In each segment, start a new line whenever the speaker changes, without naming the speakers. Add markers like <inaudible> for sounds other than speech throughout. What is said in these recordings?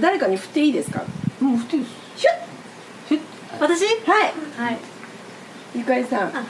誰かに振っていいですか
もう普通です
シュッ
私
はい
はい
ゆかりさん
あ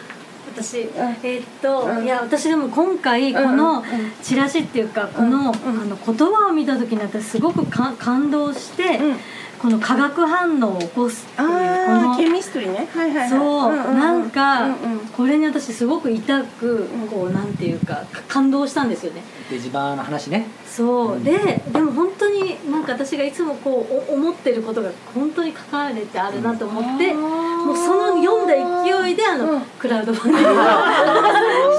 私え
ん
ーっと、
うん
いや私でも今回こ
うん
の
うん
チラシっていうかこの,、
うん
あの言葉を見た時に私すごくか感動して、
うん
この化学反応を起こすっていうこ
ああ
の
ケミストリーねはいはいはい
そう,、
んんん
なんか、
うんうん
これに私すごく痛く
うん
こうなんていうか感動したんですよね
デジバーの話ね
そう、
うん
ででも本当になんか私がいつもこうお思ってることが本当に書かれてあるなと思って、もうその読んだ勢いであの、
うん
クラウドファンディングを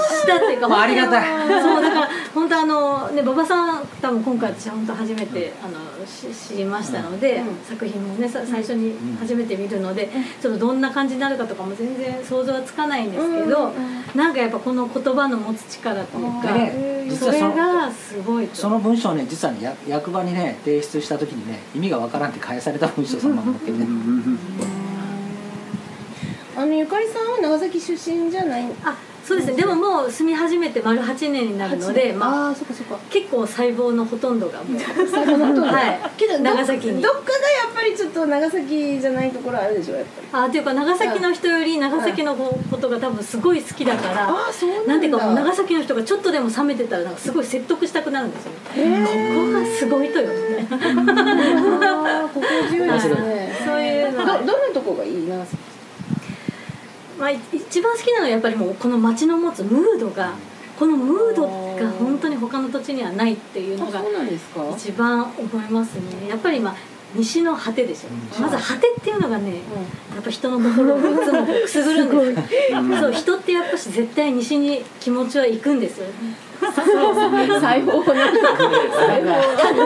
<laughs>
したっていうか、
まあありがた
いそうだから本当あのね馬場さん多分今回私本当初めて、あのし知りましたので、
うん
作品もねさ最初に初めて見るので、ちょっとどんな感じになるかとかも全然想像はつかないんですけど、
うんうん
なんかやっぱこの言葉の持つ力という
で
か、
ね
うん
実
そ
は
れ
その
がすごいと
その文章ね実はねや役場にね提出した時にね意味がわからんって返された文章そのまま持ってね <laughs>
あのゆかりさんは長崎出身じゃない
あそうですねでももう住み始めて丸8年になるので、まあ、
ああーそっかそっか
結構細胞のほとんどがもうはい
けど
長崎に
どっかがやっぱりちょっと長崎じゃないところあるでしょやっぱり
あというか長崎の人より長崎のことが多分すごい好きだから、
ああそうなんだ
なんていうかもう長崎の人がちょっとでも冷めてたらなんかすごい説得したくなるんですよね
へえ
ここがすごいとよみたい
<laughs>
な
あーここ重要ですね
そういうの
ど
は
どんなとこがいい長崎
まあ、い一番好きなのはやっぱりもうこの街の持つムードがこのムードが本当に他の土地にはないっていうの
あ
が
そうなんですか
一番思いますねやっぱりまあ西の果てでしょ、
うん
まず果てっていうのがね、やっぱ人の心をいつもくすぐるんですよそう人ってやっぱし絶対西に気持ちは行くんですよ
<laughs> 裁縫なんか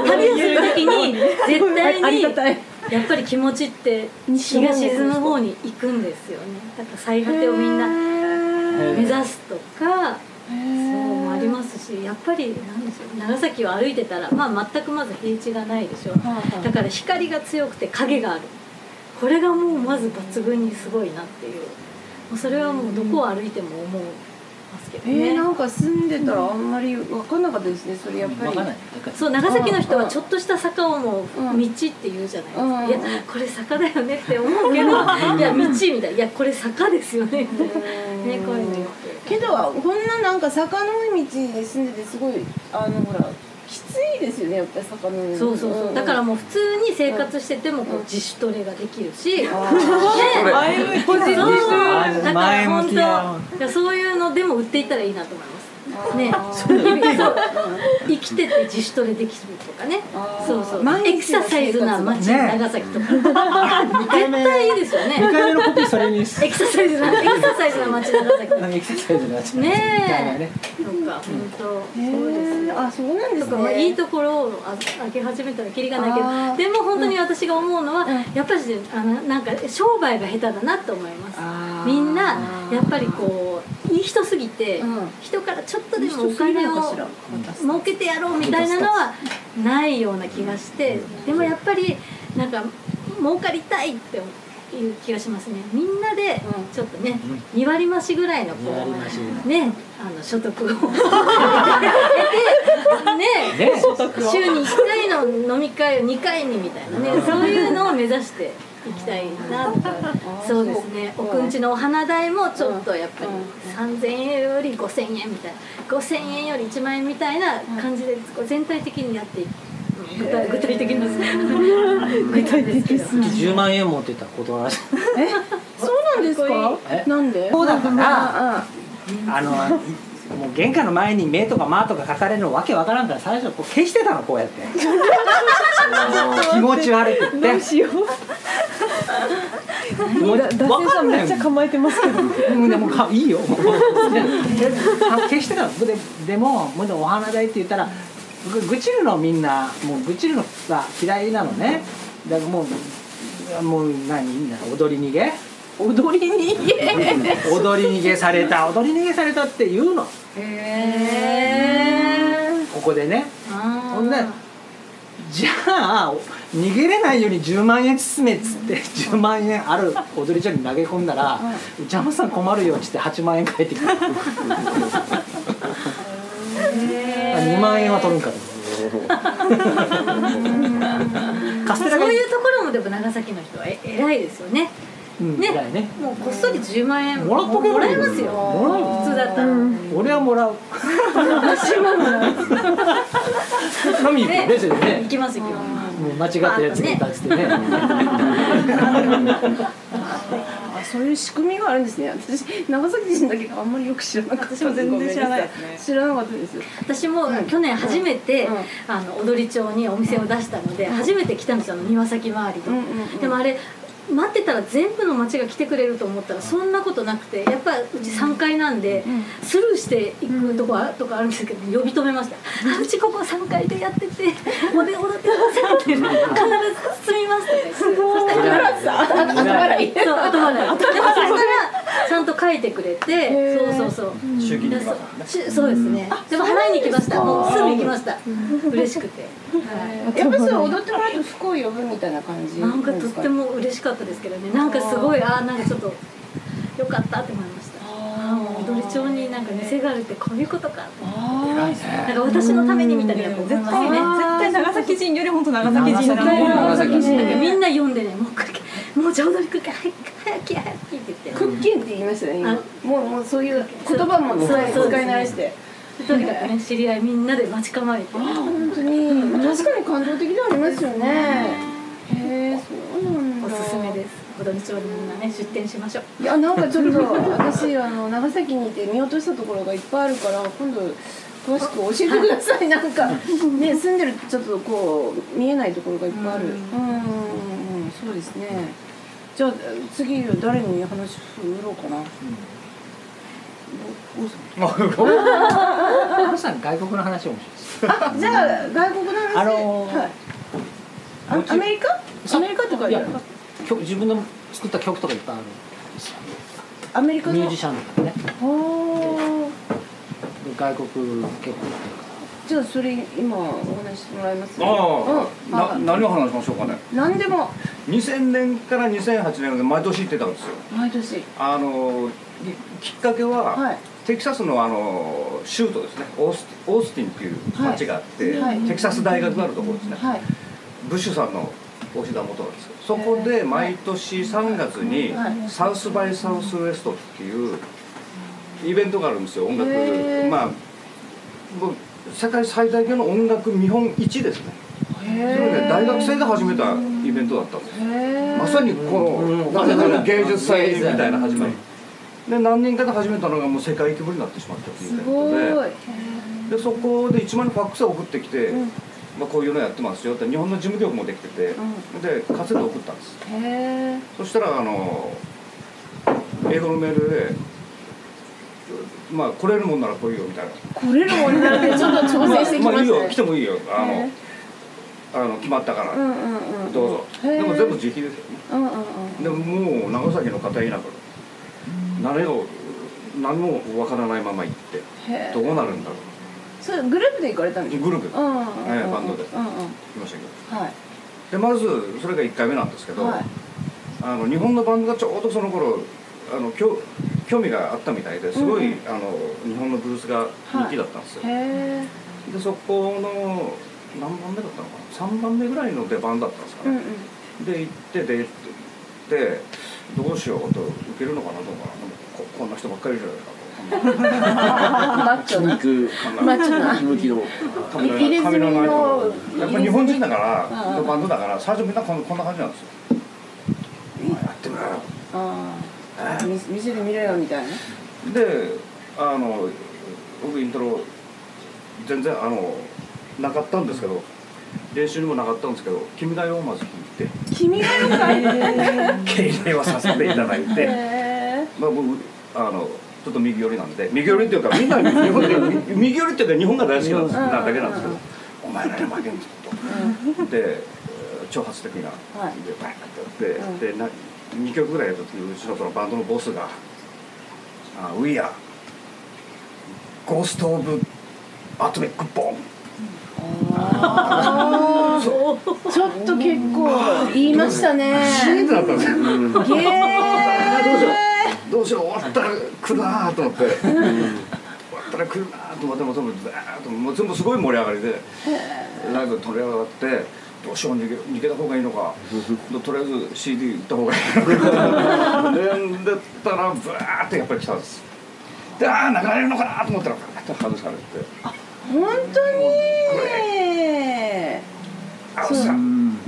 旅をする時に絶対
あり
に
がたい
やっぱり気持ちって日が沈む方に行くんですよねだから最果てをみんな
な
目指すとかそうありますすしやっぱりなんでしょう長崎を歩いてたら、まあ、全くまず平地がないでしょだから光が強くて影があるこれがもうまず抜群にすごいなっていうもうそれはもうどこを歩いても思いますけど
え
ね、
ー、なんか住んでたらあんまり分かんなかったですねそれやっぱり
わかんないだから
そう長崎の人
う
は
ん
ちょっとした坂をもう
う
道
ん
って言うじゃ
うん
ないですか、いやこれ坂だよねって思
<laughs>
うけどいや道みたいないやこれ坂ですよねみたいなねこういうのよく
けどこんななんか坂の上道に住んでてすごいあのほらきついですよねやっぱり坂の上道
そうそうそうだから
も
もう普通に生活しててもこう自主トレができるし、
前向きな
そうだから
前
本
向きだ
当いやそういうのでも売っていったらいいなと思いますね
そう
そう生きてて自主トレできるとかね
あー
そうそう
毎
エク
日の
ササイズな街、
ね
長崎とか絶
<laughs>
対いいですよね
2回目のコピーそれにす
エクササ
<laughs>
イズなエクササイズな街長崎とか
エクササイズになっちゃう
ねえ
みたいなね
本当そうです
へ
よ
ーあそうなんです
とかまあ
ね
いいところをあ開け始めたらキリがないけ
あー
どでも本当に私が思うのは、
うん
やっぱりあのなんか商売が下手だなと思います
あー
みんなやっぱりこういい人すぎて、
うん
人からちょっとでも
人
お
すぎない
金
のか
を
しら
儲けてやろうみたいなのはないような気がしてでもやっぱりなんか儲かりたいっていう気がしますねみんなでちょっとね、2割増しぐらいのこ
2割増し
うねあの所
<laughs>
得を得てね
ね
週に1回の飲み会を2回にみたいなねそういうのを目指していきたいなとかそうですね
そう
おくんちのお花代もちょっとやっぱり3000円より5000円みたいな5000円より1万円みたいな感じでこう全体的にやっていく具体具体的な具体的ですけど
10万円持ってったら断られ
そうなんですか
え
なんで
そうだから
あ
あのいもう玄関の前に「目」とか「ま」とか書かれるのわけわからんから最初こう消してたのこうやって気持ち悪くって
どうしよう。
もう
だ
わ
男性
か
さん
んな
めっ
い
ちゃ構えてますけど。
うんでもかいいよもうで消してたのででももうでもお花代って言ったらぐ愚痴るのみんなもう愚痴るのが嫌いなのねだからもうもう何な踊り逃げ
踊りに
踊り逃げされた踊り逃げされたって言うの
へー
ここでね
あ
ほんで
ー
じゃあ逃げれないように10万円包めっつって10万円ある踊り場に投げ込んだら「ジャムさん困るよ」っつって8万円返ってきた2万円は取るんかと
う
カステラが
そういうところもでも長崎の人はえ偉いですよね
うん
ね
偉いね
もうこっそり10万円
もらっとけば
もら
いい
え
のに
ますよ
もらえる
普通だったら、
うん
俺はもらう飲み行くよねそれで
行
ね
きます行きます
もう間違ったやつ出たっつって
<laughs>
ね
あーそういう仕組みがあるんですね私長崎人だけどあんまりよく知らなかった
私も全然知らないですね
ごめんさ知らなかったです
私も去年初めて、あの踊り町にお店を出したので、初めて来たんですよあの庭先周りと、
うんうんうん
でもあれ待ってたら全部の町が来てくれると思ったらそんなことなくてやっぱうち3階なんで、スルーしていくとこあとかあるんですけど呼び止めました「あうちここ3階でやってておで踊ってください」って必ず「進みます」って
<laughs>
言ってそう後払
後払い
いでもそしたらちゃんと書いてくれて
へ
そう
ー
そうそう
集金
い
で
や
き
そ <laughs>
ま
う
すもんね
しそうですね、でも払いに行きましたもうすぐ行きました、嬉しくて、は
やっぱりそれ踊ってもらうと福を呼ぶみたいな感
い、
じ
なんかとっても嬉しかったですけどねなんかすごいああなんかちょっとよかったって思いましたああもう踊り町になんか店があるってこういうことかと
あー
なんか私のためにみたいなやっぱ思い
絶
ま
対
す
ね
ね
絶対長崎人より本当長崎人だと思う
長崎人
なんかみんな読んでねもうこれもうちょうど行くから早く早く早くって言って
クッキンって言いましたね今
あ
もうもうそういう言葉も使い
そうそう
使い慣らして
とにかくね知り合いみんなで待ち構えて
本当に確かに感動的ではありますよねへえそうなんだ
おすすめです踊り町にみんなね出店しましょう
いやなんかちょっと私あの長崎にいて見落としたところがいっぱいあるから今度詳しく教えてくださいなんかね住んでるとちょっとこう見えないところがいっぱいあるうんうんうんそうですねじゃあ次は誰に話振ろうかな、どうする
あのさ外国の話面白いです
あじゃあ外国の話
あのー
はいあアメリカアメリカとか
いや曲自分の作った曲とかいっぱいあるんですよ
アメリカの
ミュージシャンとかね
おー
で外国結構
じゃあそれ今お話ししてもらいます
あ
うん
あ、
はい
な何を話しましょうかね
何でも
2000年から2008年まで毎年行ってたんですよ
毎年
あのいきっかけは、
はい
テキサスのあの州都ですねオースティンオースティンっていう町があって、
はいはい
テキサス大学があるところですね、
はい
ブッシュさんのお膝元なんですよそこで毎年3月に
はい
サウスバイサウスウエストっていうイベントがあるんですよ音楽
へー
まあもう世界最大級の音楽見本市ですねそれね大学生で始めたイベントだったんです
へ
まさにこのなんていうの芸術祭みたいな始まりで何人かで始めたのがもう世界規模になってしまったっていうイ
す
ベン
ごい
ト
へ
ででそこで1万人ファックスを送ってきて、まあ、こういうのやってますよって日本の事務局もできてて、でカセットを送ったんです
え
そしたらあの英語のメールで「まあ来れるもんなら来いよ」みたいな
来れるもんなのでちょっと挑戦して
「
き
ま
ま
あいい
す
よ
ね
来てもいいよあ
へ
のあの決まったから、
うんうんうん
どうぞ」
へえ
でも全部自費ですよね
うんうんうん
でももう長崎の方いなから何を何もわからないまま行って
へ
ど
え
うなるんだろ
それグループで行かれたん
う
ですか
グループ
う
行
んうんうん
ねバンドで
うんうん
きましたけど
はい
でまずそれが1回目なんですけど、
はい
あの日本のバンドがちょうどその頃あの興興味があったみたいですごい、
う
あの日本のブルースが人気だったんですよ、
へえ
でそこの何番目だったのかな3番目ぐらいの出番だったんですか
うんう
<laughs> ね
ん、
で行ってででどうしようと受けるのかなどうかなここんな人ばっかりいるじゃないかと
マッチョな
肉
<laughs> マッチョな
ムキ
<laughs>
の
髪の
入れ墨の
髪の長いやっぱ日本人だか
うん
ら
うん
バンドだから最初みんなこんこんな感じなんですよお前やってみろよ
ああ見見せてみろよみたいな
であの僕イントロ全然あのなかったんですけど練習にもなかったんですけど「君が代」をまず弾いて
君がよかい
「敬礼はさせていただい
へ <laughs>
て
え
まあ僕あのちょっと右寄りなんで右寄りっていうかみんな日本でみ右寄りっていうか日本が大好きなんです
うん
なだけなんですけ
う
ど
ん
「お前らに負けんぞ」と。でえー挑発的な。
はい
でバーッ
うん
てやって、でな2曲ぐらいやった時うちのそのバンドのボスが「あ We are Ghost of Atomic Bomb
あ
そ
ーちょっと結構言いました」
シーン
ね
ってなったんですよ
ゲー
どうしよう終わったら来るなーと思って終わったら来るなーと思ってもう全部バーッともう全部すごい盛り上がりでライブ取り上がってどうしよう逃げ逃げた方がいいのかとりあえず CD 売った方がいいのかででったらブワーってやっぱり来たんですでああ流れるのかなと思ったらバーッと外されて
本当に
あ
そう
のさ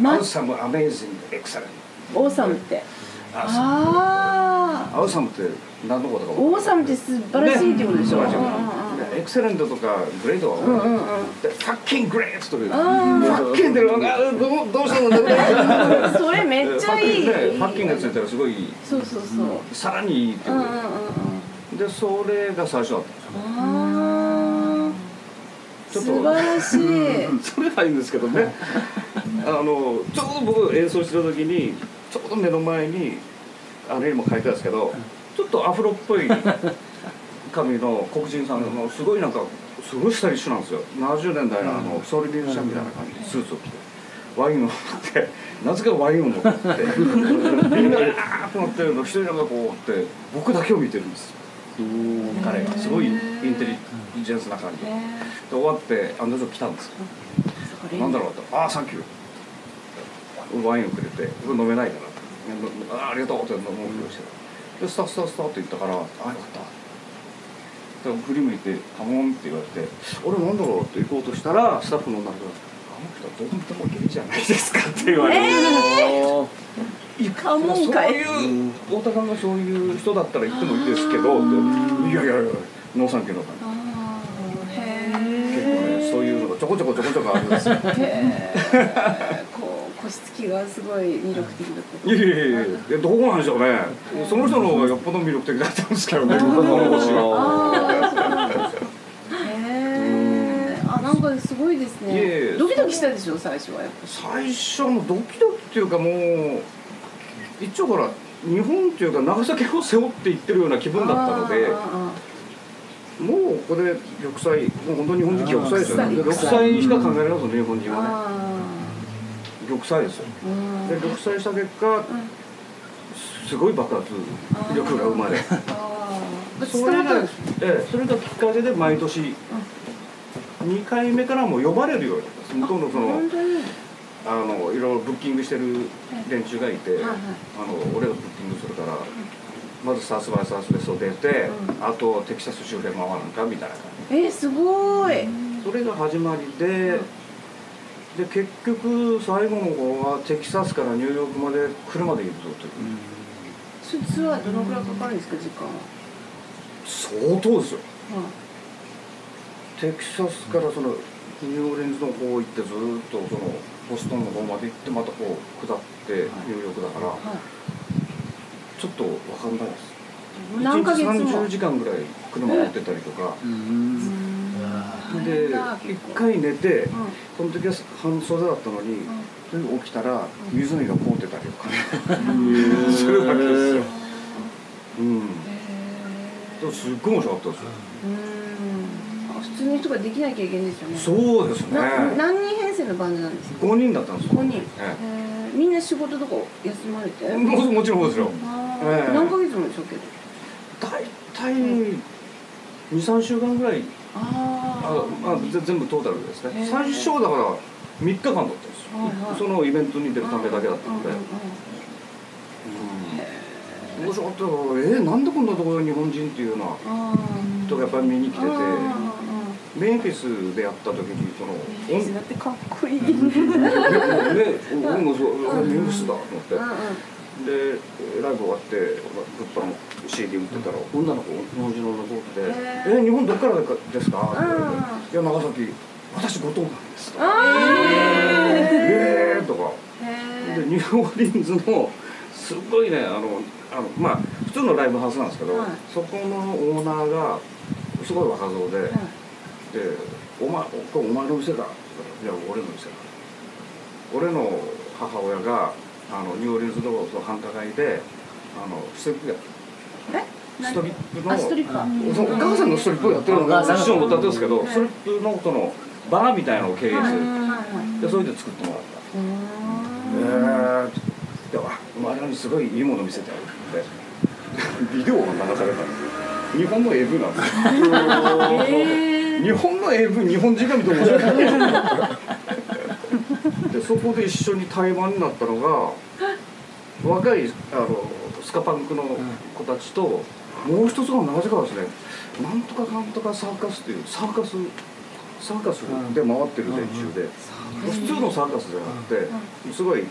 ま
アウサムアメイジングエクセレン
オーサムって
トアウサム
ああ
アウサムって何のことか
オーサ
ム
ムって素晴らしいってことでしょ、
ね
うんうん
エクセレントとかグレートは
うん
分か
うんん
ない
うん
でファッキングレートというフ
あー
ァッキンってのがどうどうしたのだろう
それめっちゃいい
ファッキンねファッキンがついたらすごい
そうそうそう、
さらにいいって
うん
こ
うんう
と
んうん
でそれが最初だったんですよ
ああ
ちょ
素
っと
晴らしい
それはいいんですけどねあのちょうど僕演奏してた時にちょうど目の前にあれにも書いてあるんですけどちょっとアフロっ <laughs> ぽい髪の黒人さんのすごいなんかすごいスタイリッシュなんですよ70年代のあのソウルミュージシャンみたいな感じでスーツを着てワインを持ってなぜかワインを持ってって <laughs> みんなであーってなってるの一人なんかこうって僕だけを見てるんですよ彼がすごいインテリジェンスな感じでで終わって案の定来たんですよなんだろうと「ああサンキュー」ワインをくれて「これ飲めないから」あーありがとう」って飲もうふりをしてでスタッフスタッフスタッフって言ったから「ああよかった」で振り向いて「カモン」って言われて「俺なんだろう?」って行こうとしたらスタッフの女の子が「あの人はどう見てもゲイじゃないですか」って言われて。いかもんかいそういう太田さんがそういう人だったら言ってもいいですけどっていやいやいや農産業の感
あー
じ
へ
結構ねそういうのがちょこちょこちょこちょこあるんですよ
ーへーこう個室気がすごい魅力的だった
いやいやいやいやどこなんでしょうねその人の方がよっぽど魅力的だったんですけどねこの星は
ああそうなんですかへーあなんかすごいです
いえいえ
ねドキドキしたでしょ最初はやっぱ
最初のドキドキっていうかもう一応ほら日本っていうか長崎を背負っていってるような気分だったので
あーあ
もうここで玉砕もう本当日本人玉砕ですよね
玉
玉
砕
砕しか考えられないですよね日本人
ーあー
はね玉砕ですよ
あーうん
で玉砕した結果
うん
すごい爆発力が生まれ
あー
それ
伝わったん
が
です、
ええ、それがきっかけで毎年2回目からもう呼ばれるようになったんです向こうのその
本当に
あのいろいろブッキングしてる連中がいて、
はいはい
あの俺がブッキングするから、まずサースバイサースベスト出て、あとテキサス周辺回るんかみたいな感
えーすごい
じそれが始まりで、で結局最後の方はテキサスからニューヨークまで車で行くぞという、
そツアーどのくらいかかるんですか時間は、
相当ですよ
うん
テキサスからそのニューオーレンズの方行ってずーっとそのボストンの方まで行ってまたこう下ってニューヨークだから、
は
ちょっと分かんないです
い、何ヶ月も
1日30時間ぐらい車乗ってたりとか
大
で
変だ
一回寝て
うん
その時は半袖だったのに、それで起きたら湖が凍ってたりとかするわけですようんでもすっごい面白かったですよ
うんあ普通の人ができなきゃいけないですよね
そうですね
な何人編成のバンドなんですか
5人だったんです
5
よ
人、
え
えーみんな仕事とか休まれて、
えももちろんそうですよ
あー
ええ
何ヶ月もでしょうけど
大体23週間ぐらいあ
あ、
まあ、ぜ全部トータルです
へ
ね
え
最初だから3日間だったんですよ、
はいはい
そのイベントに出るためだけだった
うん
の
うんう
で、
ん
面白かったよえー、なんでこんなところに日本人っていうのは
あー
人がやっぱり見に来てて
うんうんうん
メンフィスでやった時にその
いいですねだってかっこいい。うん
おんねお俺もそうあれメンフィスだと思って
うんうん
でライブ終わって物販の CD 売ってたら女の子日本人の女の子で「
へ
え
ー
ー、日本どっからですか?」って言わ
うん
れ
うん
て「いや長崎私五島なんです」とか
あ
「えー」とか。
ーへ
で
ー
ニューオーリンズのすごいねあのあのまあ普通のライブハウスなんですけど、
はい
そこのオーナーがすごい若造で「
はい
でお前これお前の店だ」いや俺の店だ」俺の母親があのニューオーリンズのその繁華街であのストリップやストリップの
あストリッパー
そのお母さんのストリップをやってるの
お母さんの
が師匠も歌ってるんですけど、
はい
ストリップのそのバーみたいなのを経営して、
はい
でそれで作ってもらっ
う
た。
ん
えー、でわ周りにすごいいいもの見せてあるっ
<laughs>
てビデオが流されたんですよ日本の AV なんです <laughs> よ日本の AV 日本人が見て面白いなと思ってでそこで一緒に対話になったのが若いあのスカパンクの子たちと、もう一つがなぜかですねなんとかなんとかサーカスっていうサーカスサーカスで回ってる連中で、普通のサーカスじゃなくて、すごい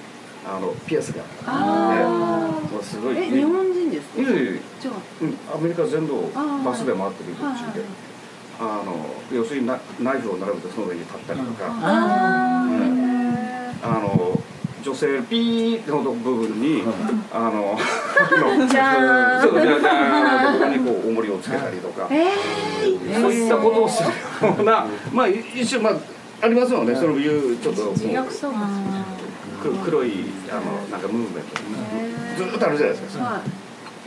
あのピアスがあ
あ
って、す
あ
ごい
え日本人ですか
いやいやいや
じゃあ
うんアメリカ全土を
あー
バスで回ってる連中で、あの要するにナナイフを並べてその上に立ったりとか。
あ
う
ー
ん
へー
あの女性ピーの部分に、あ
<laughs>
の
じゃーん
そうじゃじゃーんのところにこう重りをつけたりとか、
えー
そういったことをするような、まあい一種まあありますよね。そのいうちょっともう
自虐サーカ
く黒いあのなんかムーブメント、
へー
ずーっとあるじゃないです
ス
か。
はい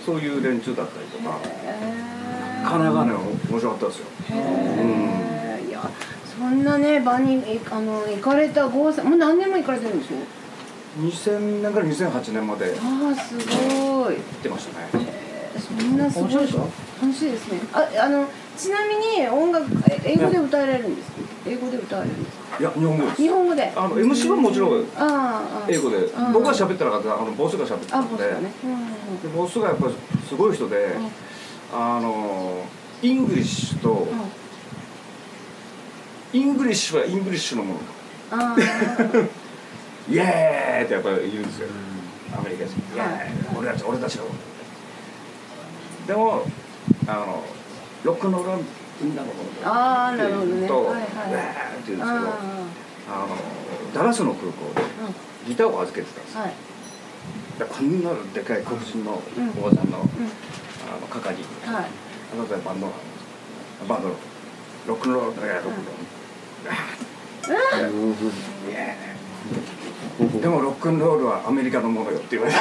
そういう連中だったりとか、
へ
かなかね面白かったですよ。
ーへーいやそんなね場にいあの行かれた郷さんもう何年も行かれてるんでしょ
2000年から2008年まで行
ああすごい
ってましたね。
へーそんなすごい
面白いでしょ
楽しいですねああのちなみに音楽え英語で歌えられるんですか英語で歌えるんですか
いや日本語です。
日本語であ
あの MC はもちろん
あーあー
英語で、
うん
僕は喋ってなかったあのボスが喋ってた
あ
ん
そう
で
ですねうんうんうん
でボスがやっぱりすごい人で、あのイングリッシュと、イングリッシュはイングリッシュのもの
あ
<laughs>
ー
イエーイってやっぱり言うんですよ、アメリカ人イエーイ俺たち俺たちがでもあのロックンロールはみんなのものだ
あーなるほど
って
ね
言うと、
はいは
イエーイって言うん
い
ですけどあ
あ
のダラスの空港で
あ
ギターを預けてたんですよ
はい
でこんなでかい黒人の
うん
おばちゃんの,、
うん
あの係員
はい
あなたはバンドマンバンドのロックンロールだからロックンロール、いやでもロックンロールはアメリカのものよって言われて